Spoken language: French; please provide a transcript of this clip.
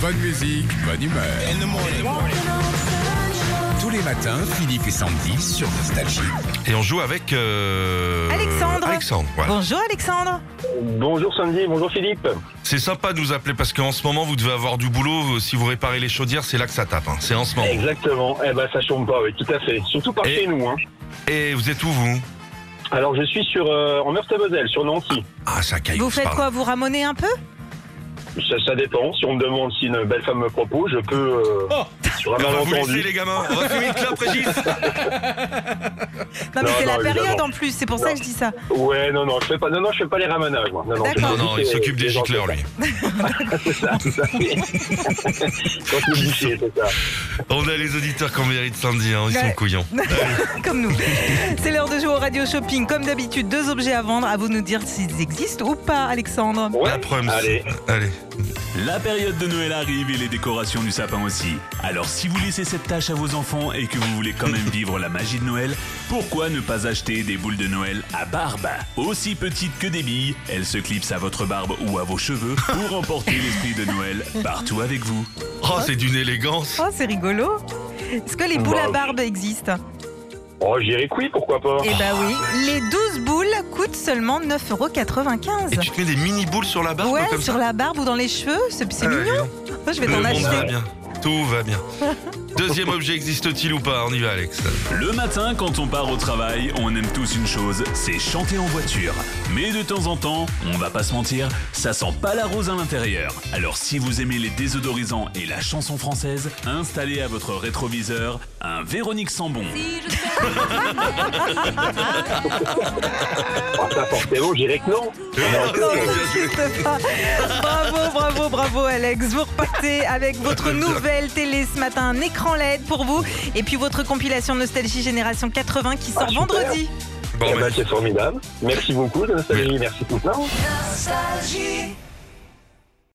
Bonne musique, bonne humeur. Tous les matins, Philippe et Sandy sur Nostalgie. Et on joue avec euh, Alexandre. Alexandre, voilà. Bonjour Alexandre. Bonjour Sandy, bonjour Philippe. C'est sympa de nous appeler parce qu'en ce moment vous devez avoir du boulot. Si vous réparez les chaudières, c'est là que ça tape. hein. C'est en ce moment. Exactement, eh ben ça chôme pas, oui, tout à fait. Surtout par Et- chez nous. Hein. Et vous êtes où vous Alors je suis sur euh, en Meurthe-et-Moselle, sur Nancy. Ah, ça caille. Vous faites quoi Vous ramonez un peu Ça, ça dépend, si on me demande si une belle femme me propose, je peux... euh, Oh sur un On va vous laisser malentendu. les gamins. On va fumer une clope, Régis. Non, mais Non, c'est la non, période évidemment. en plus, c'est pour ça que je dis ça. Ouais, non, non, je fais pas, non, non, je fais pas les ramanages, moi. Non, non, je D'accord. Non, fais non, il juste les- s'occupe des les gens gicleurs, lui. C'est ça, tout à fait. Quand je me bouchais, c'est ça. On a les auditeurs qu'on mérite, Sandy. hein, Ils sont Ouais. couillons. Comme nous. C'est l'heure de jouer au Radio Shopping. Comme d'habitude, deux objets à vendre. À vous de nous dire s'ils existent ou pas, Alexandre. Ouais, La preuve. Allez, Allez. La période de Noël arrive et les décorations du sapin aussi. Alors si vous laissez cette tâche à vos enfants et que vous voulez quand même vivre la magie de Noël, pourquoi ne pas acheter des boules de Noël à barbe Aussi petites que des billes, elles se clipsent à votre barbe ou à vos cheveux pour emporter l'esprit de Noël partout avec vous. Oh, c'est d'une élégance. Oh, c'est rigolo. Est-ce que les boules à Wow. Bah, barbe existent oh, j'irai que oui, pourquoi pas Eh ben oui. Les 12 boules coûtent seulement 9,95 Et tu te mets des mini boules sur la barbe Ouais, comme sur ça. la barbe ou dans les cheveux. C'est c'est Ah, mignon. dis donc. Moi, je vais Le t'en monde va acheter. bien. Tout va bien. Deuxième objet existe-t-il ou pas On y va, Alex. Eh Le matin, quand on part au travail, on aime tous une chose, c'est chanter en voiture. Mais de temps en temps, on va pas se mentir, ça sent pas la rose à l'intérieur. Alors si vous aimez les désodorisants et la chanson française, installez à votre rétroviseur un Véronique Sambon. Ah, ça, forcément, j'irai que non. Oh, Non, ça n'existe pas. Bravo, bravo, bravo Alex. Vous repartez avec votre nouvelle télé ce matin, un écran LED pour vous et puis votre compilation Nostalgie Génération 80 qui sort Ah, super. vendredi. Bon, Eh ben, magnifique. c'est formidable. Merci beaucoup, de la nostalgie, merci beaucoup.